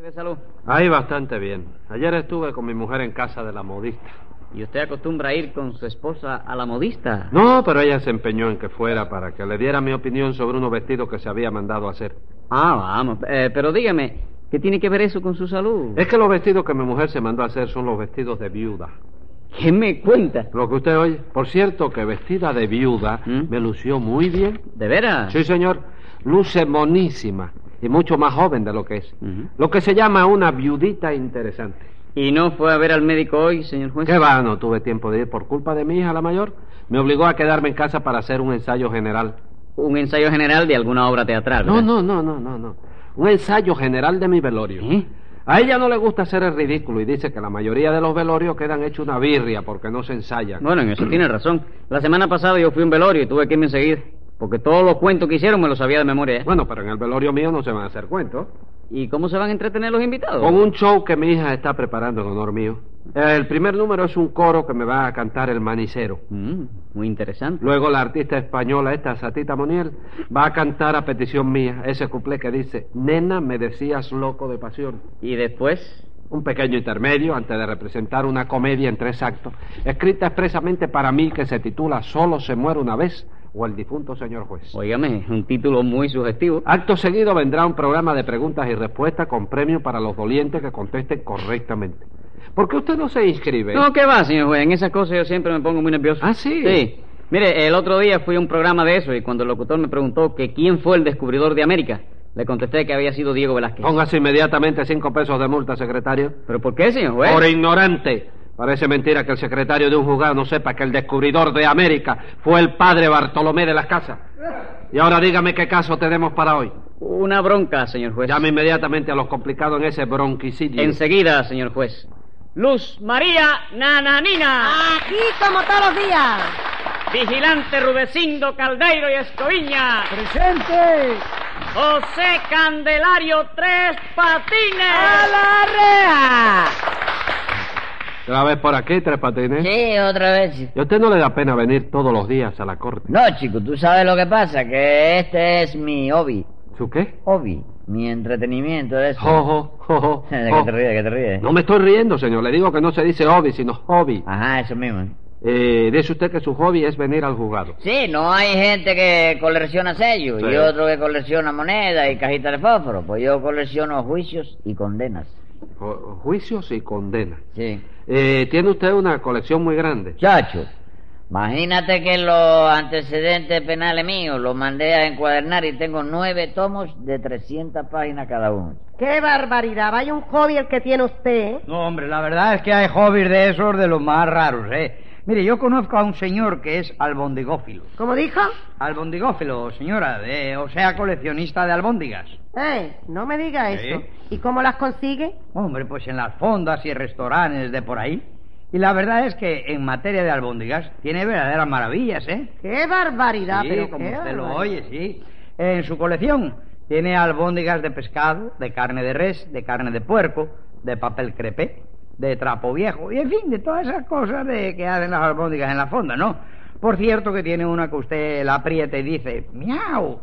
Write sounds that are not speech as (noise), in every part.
de salud? Ahí bastante bien. Ayer estuve con mi mujer en casa de la modista. ¿Y usted acostumbra ir con su esposa a la modista? No, pero ella se empeñó en que fuera para que le diera mi opinión sobre unos vestidos que se había mandado hacer. Ah, vamos. Eh, pero dígame, ¿qué tiene que ver eso con su salud? Es que los vestidos que mi mujer se mandó a hacer son los vestidos de viuda. ¿Qué me cuenta? Lo que usted oye. Por cierto, que vestida de viuda ¿Mm? me lució muy bien. ¿De veras? Sí, señor. Luce monísima y mucho más joven de lo que es. Ujú. Lo que se llama una viudita interesante. ¿Y no fue a ver al médico hoy, señor Pues juez? Qué va, no tuve tiempo de ir por culpa de mi hija, la mayor. Me obligó a quedarme en casa para hacer un ensayo general. Un ensayo general de alguna obra Ah, teatral. No, ¿verdad? no, no, no, no, no. Un ensayo general de mi velorio. ¿Eh? A ella no le gusta hacer el ridículo y dice que la mayoría de los velorios quedan hechos una birria porque no se ensayan. Bueno, en eso tiene razón. La semana pasada yo fui a un velorio y tuve que irme enseguida. Porque todos los cuentos que hicieron me los sabía de memoria. ¿eh? Bueno, pero en el velorio mío no se van a hacer cuentos. ¿Y cómo se van a entretener los invitados? Con un show que mi hija está preparando en honor mío. El primer número es un coro que me va a cantar el manicero. Mm, muy interesante. Luego la artista española, esta Satita Moniel, va a cantar a petición mía ese cuplé que dice, nena, me decías loco de pasión. ¿Y después? Un pequeño intermedio antes de representar una comedia en tres actos, escrita expresamente para mí que se titula Solo se muere una vez o el difunto señor juez. Óigame, un título muy sugestivo. Acto seguido vendrá un programa de preguntas y respuestas con premio para los dolientes que contesten correctamente. ¿Por qué usted no se inscribe? No, ¿qué va, señor juez? En esas cosas yo siempre me pongo muy nervioso. ¿Ah, sí? Sí. Mire, el otro día fui a un programa de eso y cuando el locutor me preguntó que quién fue el descubridor de América, le contesté que había sido Diego Velázquez. Póngase inmediatamente cinco pesos de multa, secretario. ¿Pero por qué, señor juez? Por ignorante. Parece mentira que el secretario de un juzgado no sepa que el descubridor de América fue el padre Bartolomé de las Casas. Y ahora dígame qué caso tenemos para hoy. Una bronca, señor juez. Llame Pues inmediatamente a los complicados en ese bronquicidio. Enseguida, señor juez. Luz María Nananina. Aquí como todos los días. Vigilante Rudecindo Caldeiro y Escoviña. Presente. José Candelario Tres Patines. A la rea. Otra vez por aquí, Tres Patines. Sí, otra vez. ¿Y a usted no le da pena venir todos los días a la corte? No, chico, tú sabes lo que pasa, que este es mi hobby. ¿Su qué? Hobby, mi entretenimiento, eso. Jojo, jojo. (laughs) ¿De jo. qué te ríes, de qué te ríes? No me estoy riendo, señor. Le digo que no se dice hobby, sino hobby. Ajá, eso mismo. Eh, dice usted que su hobby es venir al juzgado. Sí, no hay gente que colecciona sellos Sí. y otro que colecciona monedas y cajitas de fósforo. Pues yo colecciono juicios y condenas. Jo- Juicios y condenas. Sí. Eh, tiene usted una colección muy grande. Chacho, imagínate que los antecedentes penales míos los mandé a encuadernar y tengo nueve tomos de 300 páginas cada uno. Qué barbaridad. Vaya un hobby el que tiene usted, ¿eh? No, hombre, la verdad es que hay hobbies de esos de los más raros, ¿eh? Mire, yo conozco a un señor que es albondigófilo. ¿Cómo dijo? Albondigófilo, señora, de- o sea, coleccionista de albóndigas. Eh, no me diga Sí. eso. ¿Y cómo las consigue? Hombre, pues en las fondas y restaurantes de por ahí. Y la verdad es que en materia de albóndigas tiene verdaderas maravillas, ¿eh? Qué barbaridad, Sí, pero como qué usted lo barbaridad. oye, sí. En su colección tiene albóndigas de pescado, de carne de res, de carne de puerco, de papel crepé, de trapo viejo y en fin, de todas esas cosas de que hacen las albóndigas en la fonda, ¿no? Por cierto que tiene una que usted la aprieta y dice, miau,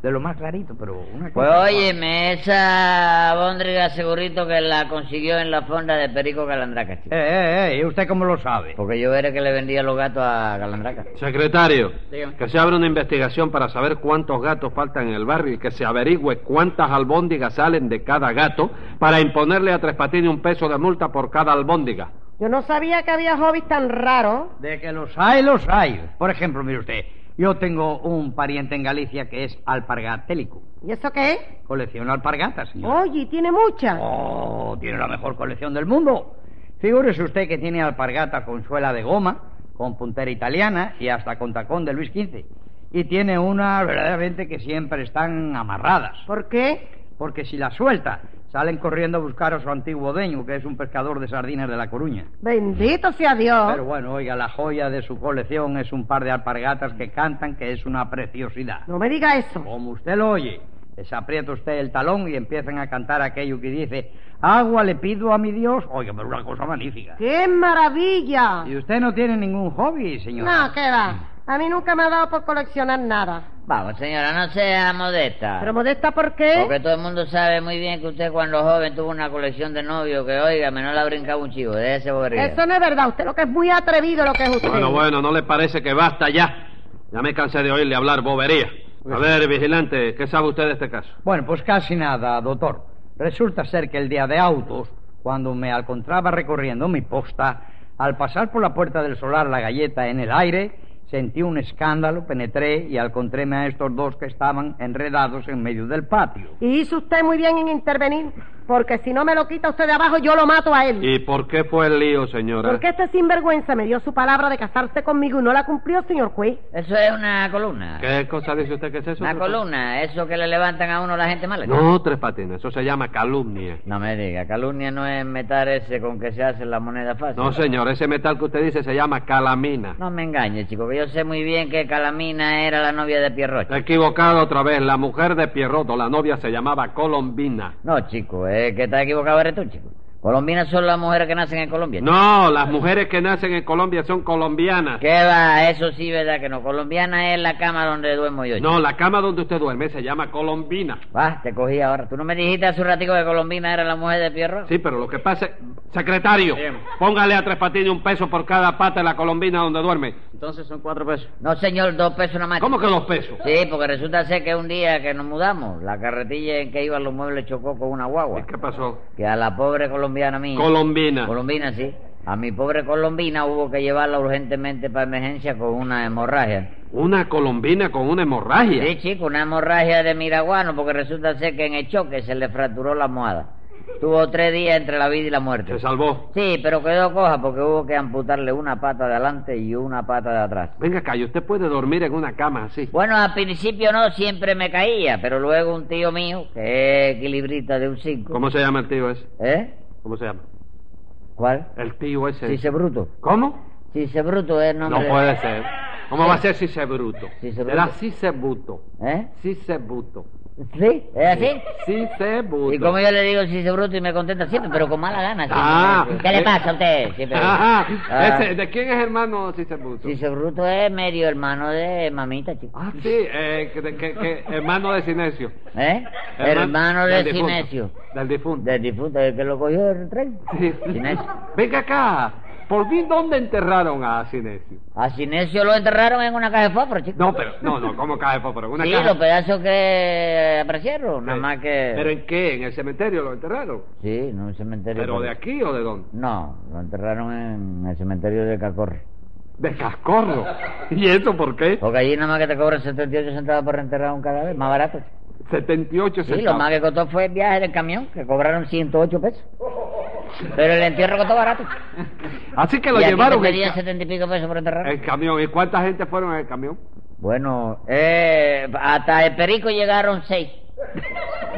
de lo más clarito, pero una Pues cosa- óyeme, esa bóndriga segurito que la consiguió en la fonda de Perico Calandraca, Eh, chico. eh, eh, ¿y usted cómo lo sabe? Porque yo era el que le vendía los gatos a Calandraca. Secretario, Dígame. que se abra una investigación para saber cuántos gatos faltan en el barrio y que se averigüe cuántas albóndigas salen de cada gato para imponerle a Tres Patines un peso de multa por cada albóndiga. Yo no sabía que había hobbies tan raros. De que los hay, los hay. Por ejemplo, mire usted, yo tengo un pariente en Galicia que es alpargatélico. ¿Y eso qué es? Colecciona alpargatas, señor. Oye, ¿y tiene muchas. Oh, tiene la mejor colección del mundo. Figúrese usted que tiene alpargata con suela de goma, con puntera italiana y hasta con tacón de Luis XV. Y tiene unas verdaderamente que siempre están amarradas. ¿Por qué? Porque si las suelta, salen corriendo a buscar a su antiguo dueño, que es un pescador de sardinas de La Coruña. Bendito sea Dios. Pero bueno, oiga, la joya de su colección es un par de alpargatas que cantan, que es una preciosidad. No me diga eso. Como usted lo oye, les aprieta usted el talón y empiezan a cantar aquello que dice, agua le pido a mi Dios. Oiga, pero una cosa magnífica. ¡Qué maravilla! Y usted no tiene ningún hobby, señora. No, ¿qué va? A mí nunca me ha dado por coleccionar nada. Vamos, señora, no sea Ah. modesta. ¿Pero modesta por qué? Porque todo el mundo sabe muy bien que usted cuando joven tuvo una colección de novios que, oiga, no la brincaba un chivo, de ese bobería. Eso no es verdad. Usted lo que es muy atrevido lo que es usted. Bueno, bueno, ¿no le parece que basta ya? Ya me cansé de oírle hablar bobería. A ver, vigilante, ¿qué sabe usted de este caso? Bueno, pues casi nada, doctor. Resulta ser que el día de autos, cuando me encontraba recorriendo mi posta, al pasar por la puerta del solar la galleta en el aire, sentí un escándalo, penetré y encontré a estos dos que estaban enredados en medio del patio. Y hizo usted muy bien en intervenir, porque si no me lo quita usted de abajo, yo lo mato a él. ¿Y por qué fue el lío, señora? Porque este sinvergüenza me dio su palabra de casarse conmigo y no la cumplió, señor juez. Eso es una columna. ¿Qué cosa dice usted que es eso? Una Tres columna, eso que le levantan a uno la gente mala. Patines? No, Tres Patines, eso se llama calumnia. No me diga, calumnia no es metal ese con que se hace la moneda fácil. No, señor, ese metal que usted dice se llama calamina. No me engañe, chico, que yo sé muy bien que Calamina era la novia de Pierrot. Está equivocado otra vez, la mujer de Pierroto, la novia se llamaba Colombina. No, chico, es que está equivocado eres tú, chico. Colombinas son las mujeres que nacen en Colombia. chico. No, las mujeres que nacen en Colombia son colombianas. ¿Qué va? Eso sí, ¿verdad que no? Colombiana es la cama donde duermo yo. chico. No, la cama donde usted duerme se llama Colombina. Va, te cogí ahora. ¿Tú no me dijiste hace un ratico que Colombina era la mujer de Pierrot? Sí, pero lo que pasa es... Secretario, póngale a Tres Patines un peso por cada pata de la Colombina donde duerme. Entonces son cuatro pesos. No, señor, dos pesos nomás. ¿Cómo chico. que dos pesos? Sí, porque resulta ser que un día que nos mudamos, la carretilla en que iban los muebles chocó con una guagua. ¿Qué pasó? Que a la pobre colombiana mía. Colombina. Colombina, sí. A mi pobre Colombina hubo que llevarla urgentemente para emergencia con una hemorragia. Una colombina con una hemorragia. Sí, chico, una hemorragia de miraguano, porque resulta ser que en el choque se le fracturó la almohada. Tuvo tres días entre la vida y la muerte. Se salvó. Sí, pero quedó coja porque hubo que amputarle una pata de adelante y una pata de atrás. Venga acá, ¿y usted puede dormir en una cama así? Bueno, al principio no, siempre me caía, pero luego un tío mío, que es equilibrista de un 5. ¿Cómo se llama el tío ese? ¿Eh? ¿Cómo se llama? ¿Cuál? El tío ese. Cise Bruto. ¿Cómo? Cise Bruto es el nombre. No de- puede ser. ¿Cómo Sí. va a ser si se bruto? Cise Bruto. Será si se bruto. ¿Eh? Si se bruto. ¿Sí? ¿Es así? Si se bruto. (laughs) Y como yo le digo, si se bruto y me contenta siempre, pero con mala gana. siempre. Ah. ¿Qué le pasa a usted? Siempre. Ajá. Ah, Ese, ¿De quién es hermano si se bruto? si se bruto es medio hermano de mamita, chico. Ah, sí, eh, que, que- que- hermano de Sinesio. ¿Eh? Hermano del de difunto. Sinesio. Del difunto. Del difunto, el que lo cogió el tren. Sí. Sinesio. (laughs) Venga acá. ¿Por fin dónde enterraron a Sinesio? A Sinesio lo enterraron en una caja de fósforo, chico. No, pero, no, no, ¿cómo cae Pero Una sí, caja. los pedazos que aparecieron, nada Sí. más que... ¿Pero en qué? ¿En el cementerio lo enterraron? Sí, en un cementerio. pues. ¿Pero de aquí o de dónde? No, lo enterraron en el cementerio de Cacorre. De Cascorro. (laughs) ¿Y eso por qué? Porque allí nada más que te cobran 78 centavos por enterrar un cadáver, más barato. chico. 78 Sí, lo centavos. más que costó fue el viaje del camión, que cobraron 108 pesos. Pero el entierro costó barato. Así que lo y aquí llevaron te en pedían ca- 70 y pico pesos por enterrar. en camión. ¿Y cuánta gente fueron en el camión? Bueno, eh, hasta el Perico llegaron seis.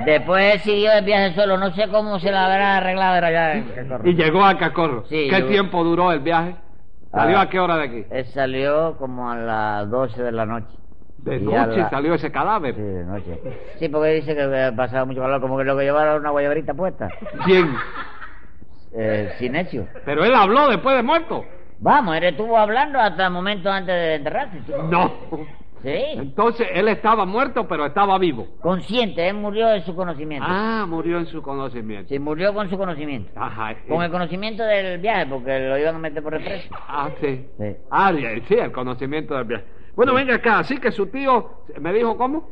Después siguió el viaje solo, no sé cómo se la habrá arreglado era allá en Cacorro. Y llegó a Cacorro. Sí, ¿Qué llegó. tiempo duró el viaje? ¿Salió Ah. a qué hora de aquí? Él salió como a las 12 de la noche. De Y a noche la- salió ese cadáver. Sí, de noche. Sí, porque dice que eh, pasaba mucho calor, como que lo que llevaba era una guayabrita puesta. ¿Quién? Eh, sin hecho. Pero él habló después de muerto. Vamos, él estuvo hablando hasta el momento antes de enterrarse. chico. No. Sí, Entonces él estaba muerto, pero estaba vivo. consciente, él murió de su conocimiento. Ah, murió en su conocimiento. Sí, murió con su conocimiento. Ajá. eh. y- Con el conocimiento del viaje, porque lo iban a meter por el preso. Ah, sí. Sí. Ah, y- sí, el conocimiento del viaje. Bueno, venga acá. Así que su tío me dijo, ¿cómo?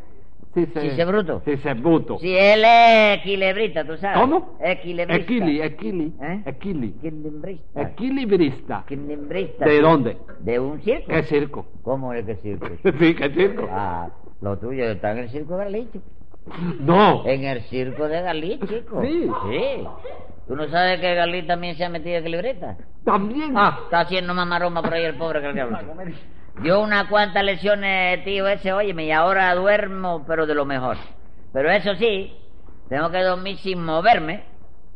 Sí, Sí, se bruto. Sí, se bruto. Sí, él es equilibrista, tú sabes. ¿Cómo? Equilibrista. Equili, e- equili, ¿Eh? equili. Equilibrista. Equilibrista. Equilibrista. ¿De dónde? ¿De un circo? ¿Qué circo? ¿Cómo es que circo? (laughs) Sí, ¿qué circo? Ah, lo tuyo está en el circo de Galí, chico. No. En el circo de Galí, chico. Sí. Sí. ¿Tú no sabes que Galí también se ha metido equilibrista? También. Ah, está haciendo más maroma por ahí el pobre que le habla. Dio unas cuantas lesiones, tío, ese, óyeme, y ahora duermo, pero de lo mejor. Pero eso sí, tengo que dormir sin moverme.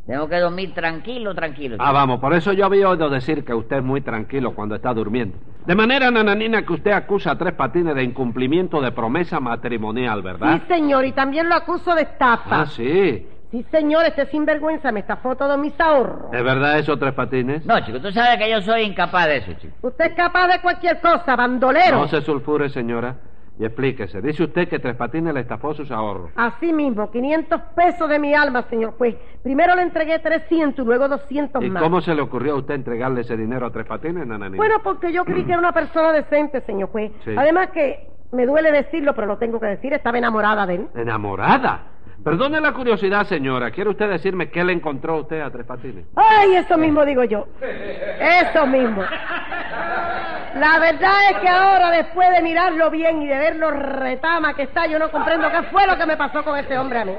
Tengo que dormir tranquilo, tranquilo. Ah, vamos, por eso yo había oído decir que usted es muy tranquilo cuando está durmiendo. De manera, nananina, que usted acusa a Tres Patines de incumplimiento de promesa matrimonial, ¿verdad? Sí, señor, y también lo acuso de estafa. Ah, sí. Sí, señor, este sinvergüenza me estafó todos mis ahorros. ¿Es verdad eso, Tres Patines? No, chico, tú sabes que yo soy incapaz de eso, chico. Usted es capaz de cualquier cosa, bandolero. No se sulfure, señora. Y explíquese. Dice usted que Tres Patines le estafó sus ahorros. Así mismo, 500 pesos de mi alma, señor juez. Primero le entregué 300 y luego 200 ¿Y más. cómo se le ocurrió a usted entregarle ese dinero a Tres Patines, Nananina? Bueno, porque yo creí que era una persona decente, señor juez. Sí. Además que me duele decirlo, pero lo tengo que decir, estaba enamorada de él. ¿Enamorada? Perdone la curiosidad, señora. ¿Quiere usted decirme qué le encontró usted a Tres Patines? Ay, eso mismo digo yo. Eso mismo. La verdad es que ahora, después de mirarlo bien y de verlo retama que está, yo no comprendo qué fue lo que me pasó con ese hombre a mí.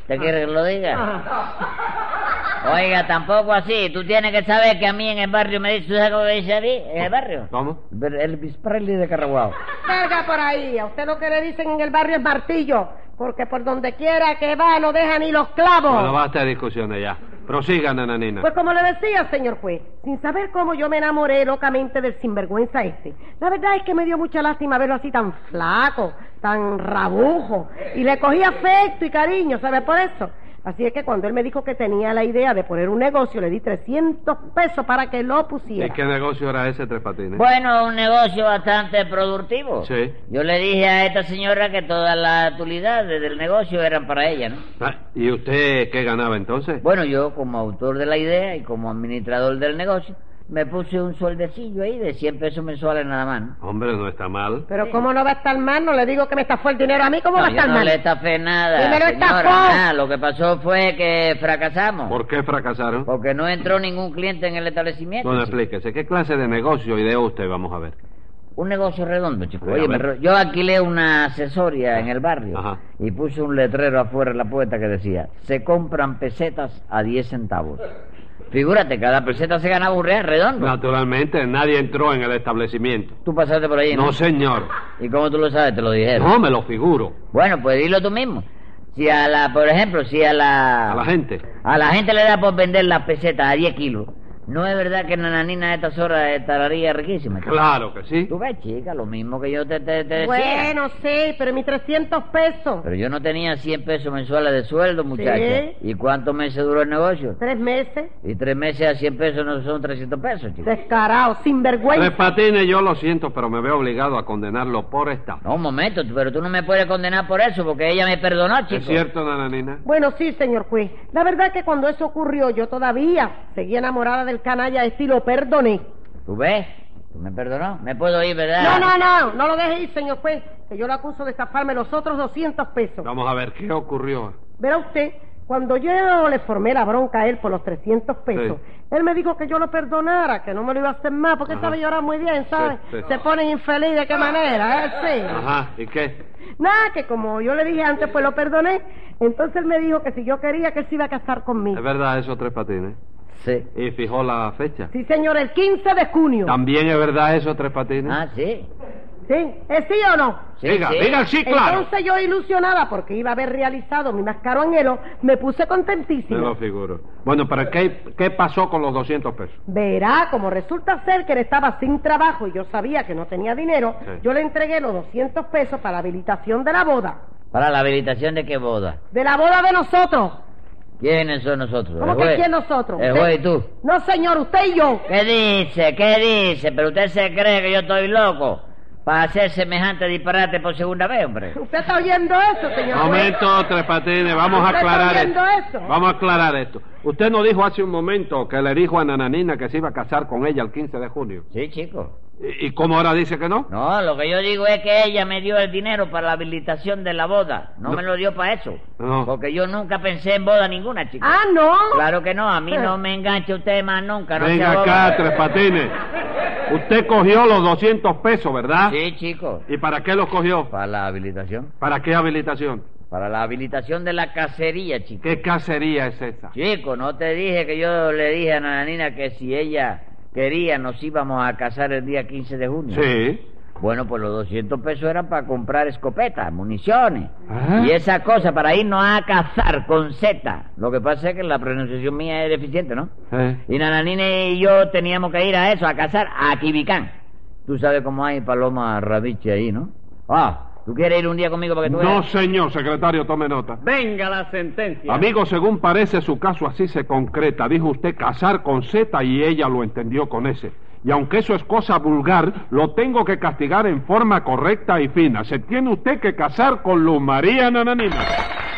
¿Usted quiere que lo diga? Ajá. Oiga, tampoco así. Tú tienes que saber que a mí en el barrio me dice, ¿tú sabes cómo me dice a mí? ¿En el barrio? ¿Cómo? Elvis Presley de Caraguao. Salga por ahí. A usted lo que le dicen en el barrio es martillo. Porque por donde quiera que va no deja ni los clavos. Bueno, basta de discusiones ya. Prosiga, Nananina. Pues como le decía, señor juez, sin saber cómo yo me enamoré locamente del sinvergüenza este. La verdad es que me dio mucha lástima verlo así tan flaco, tan rabujo. Y le cogí afecto y cariño, ¿sabe por eso? Así es que cuando él me dijo que tenía la idea de poner un negocio, le di 300 pesos para que lo ¿Y pusiera. qué negocio era ese, Tres Patines? Bueno, un negocio bastante productivo. Sí. Yo le dije a esta señora que todas las utilidades del negocio eran para ella, ¿no? Ah, ¿Y usted qué ganaba entonces? Bueno, yo como autor de la idea y como administrador del negocio, me puse un soldecillo ahí de 100 pesos mensuales nada más, ¿no? Hombre, no está mal. Pero cómo no va a estar mal, no le digo que me estafó el dinero a mí, ¿cómo No, va a yo estar no mal? le estafé nada, Sí, me lo señora, estafó. nada. Lo que pasó fue que fracasamos. ¿Por qué fracasaron? Porque no entró ningún cliente en el establecimiento. Bueno, chico. explíquese. ¿Qué clase de negocio ideó usted? Vamos a ver. Un negocio redondo, chico. Sí, a Oye, ver. me re- yo alquilé una asesoría en el barrio Ajá. y puse un letrero afuera en la puerta que decía, se compran pesetas a 10 centavos. Figúrate, cada peseta se ganaba un real redondo. Naturalmente, nadie entró en el establecimiento. Tú pasaste por ahí, ¿no? No, señor. ¿Y cómo tú lo sabes? Te lo dijeron. No me lo figuro. Bueno, pues dilo tú mismo. Si a la, por ejemplo, si a la... A la gente. A la gente le da por vender las pesetas a 10 kilos. ¿No es verdad que Nananina a estas horas estaría riquísima? chico? Claro que sí. Tú ves, chica, lo mismo que yo te, te- te decía. Bueno, sí, pero mis 300 pesos. Pero yo no tenía 100 pesos mensuales de sueldo, muchacha. ¿Y cuántos meses duró el negocio? Tres meses, Y tres meses a 100 pesos no son 300 pesos, chico. descarado, Tres sinvergüenza. patines, yo lo siento, pero me veo obligado a condenarlo por esta. No, un momento, pero tú no me puedes condenar por eso, porque ella me perdonó, chico. ¿Es cierto, Nananina? Bueno, sí, señor juez. La verdad es que cuando eso ocurrió, yo todavía seguía enamorada del canalla este y lo perdoné. ¿Tú ves? Tú me perdonó. Me puedo ir, ¿verdad? Ah. No, no, no, no lo deje ir, señor juez, que yo lo acuso de estafarme los otros 200 pesos. Vamos a ver, ¿qué ocurrió? Verá usted, cuando yo le formé la bronca a él por los 300 pesos, él me dijo que yo lo perdonara, que no me lo iba a hacer más, porque Ajá. sabe llorar muy bien, ¿sabe? Sí, sí. Se ponen infeliz, ¿de qué manera? ¿eh? Sí. Ajá, ¿y qué? Nada, que como yo le dije antes, pues lo perdoné. Entonces él me dijo que si yo quería, que él se iba a casar ¿Es conmigo. verdad eso, Tres Patines? Sí. ¿Y fijó la fecha? Sí, señor, el 15 de junio. ¿También es verdad eso, Tres Patines? Ah, sí. ¿Sí? ¿Es sí o no? Sí, diga, sí. diga sí, claro. Entonces yo ilusionada porque iba a haber realizado mi más caro anhelo, me puse Me lo contentísima. figuro. Bueno, pero ¿qué, qué pasó con los 200 pesos? Verá, como resulta ser que él estaba sin trabajo y yo sabía que no tenía dinero, Sí. yo le entregué los 200 pesos para la habilitación de la boda. Para la habilitación de qué boda. De la boda de nosotros. ¿Quiénes son nosotros? ¿Cómo ¿El que juez? quién nosotros? El ¿Usted? juez y tú. No, señor, usted y yo. ¿Qué dice? ¿Qué dice? ¿Pero usted se cree que yo estoy loco para hacer semejante disparate por segunda vez, hombre? ¿Usted está oyendo eso, señor? juez? Momento, Tres Patines, vamos a ¿Usted está aclarar esto. oyendo eso? Vamos a aclarar esto. Usted nos dijo hace un momento que le dijo a Nananina que se iba a casar con ella el 15 de junio. Sí, chico. ¿Y, y cómo ahora dice que no? No, lo que yo digo es que ella me dio el dinero para la habilitación de la boda. No, No. me lo dio para eso. No. Porque yo nunca pensé en boda ninguna, chico. Ah, no. Claro que no, a mí (laughs) no me enganche usted más nunca. No sea Venga boba. acá, Tres Patines. Usted cogió los 200 pesos, ¿verdad? Sí, chico. ¿Y para qué los cogió? Para la habilitación. ¿Para qué habilitación? Para la habilitación de la cacería, chico. ¿Qué cacería es esa? Chico, no te dije que yo le dije a Nananina que si ella quería nos íbamos a casar el día 15 de junio. Sí. Bueno, pues los 200 pesos eran para comprar escopetas, municiones Ah. y esa cosa para irnos a cazar con Z. Lo que pasa es que la pronunciación mía es deficiente, ¿no? Eh, Y Nananine y yo teníamos que ir a eso, a cazar a Quibicán. Tú sabes cómo hay palomas rabiche ahí, ¿no? Ah, ¿Tú quieres ir un día conmigo para que tú No, veas? señor secretario, tome nota. Venga la sentencia. Amigo, según parece, su caso así se concreta. Dijo usted casar con Z y ella lo entendió con S. Y aunque eso es cosa vulgar, lo tengo que castigar en forma correcta y fina. Se tiene usted que casar con Luz María Nananina.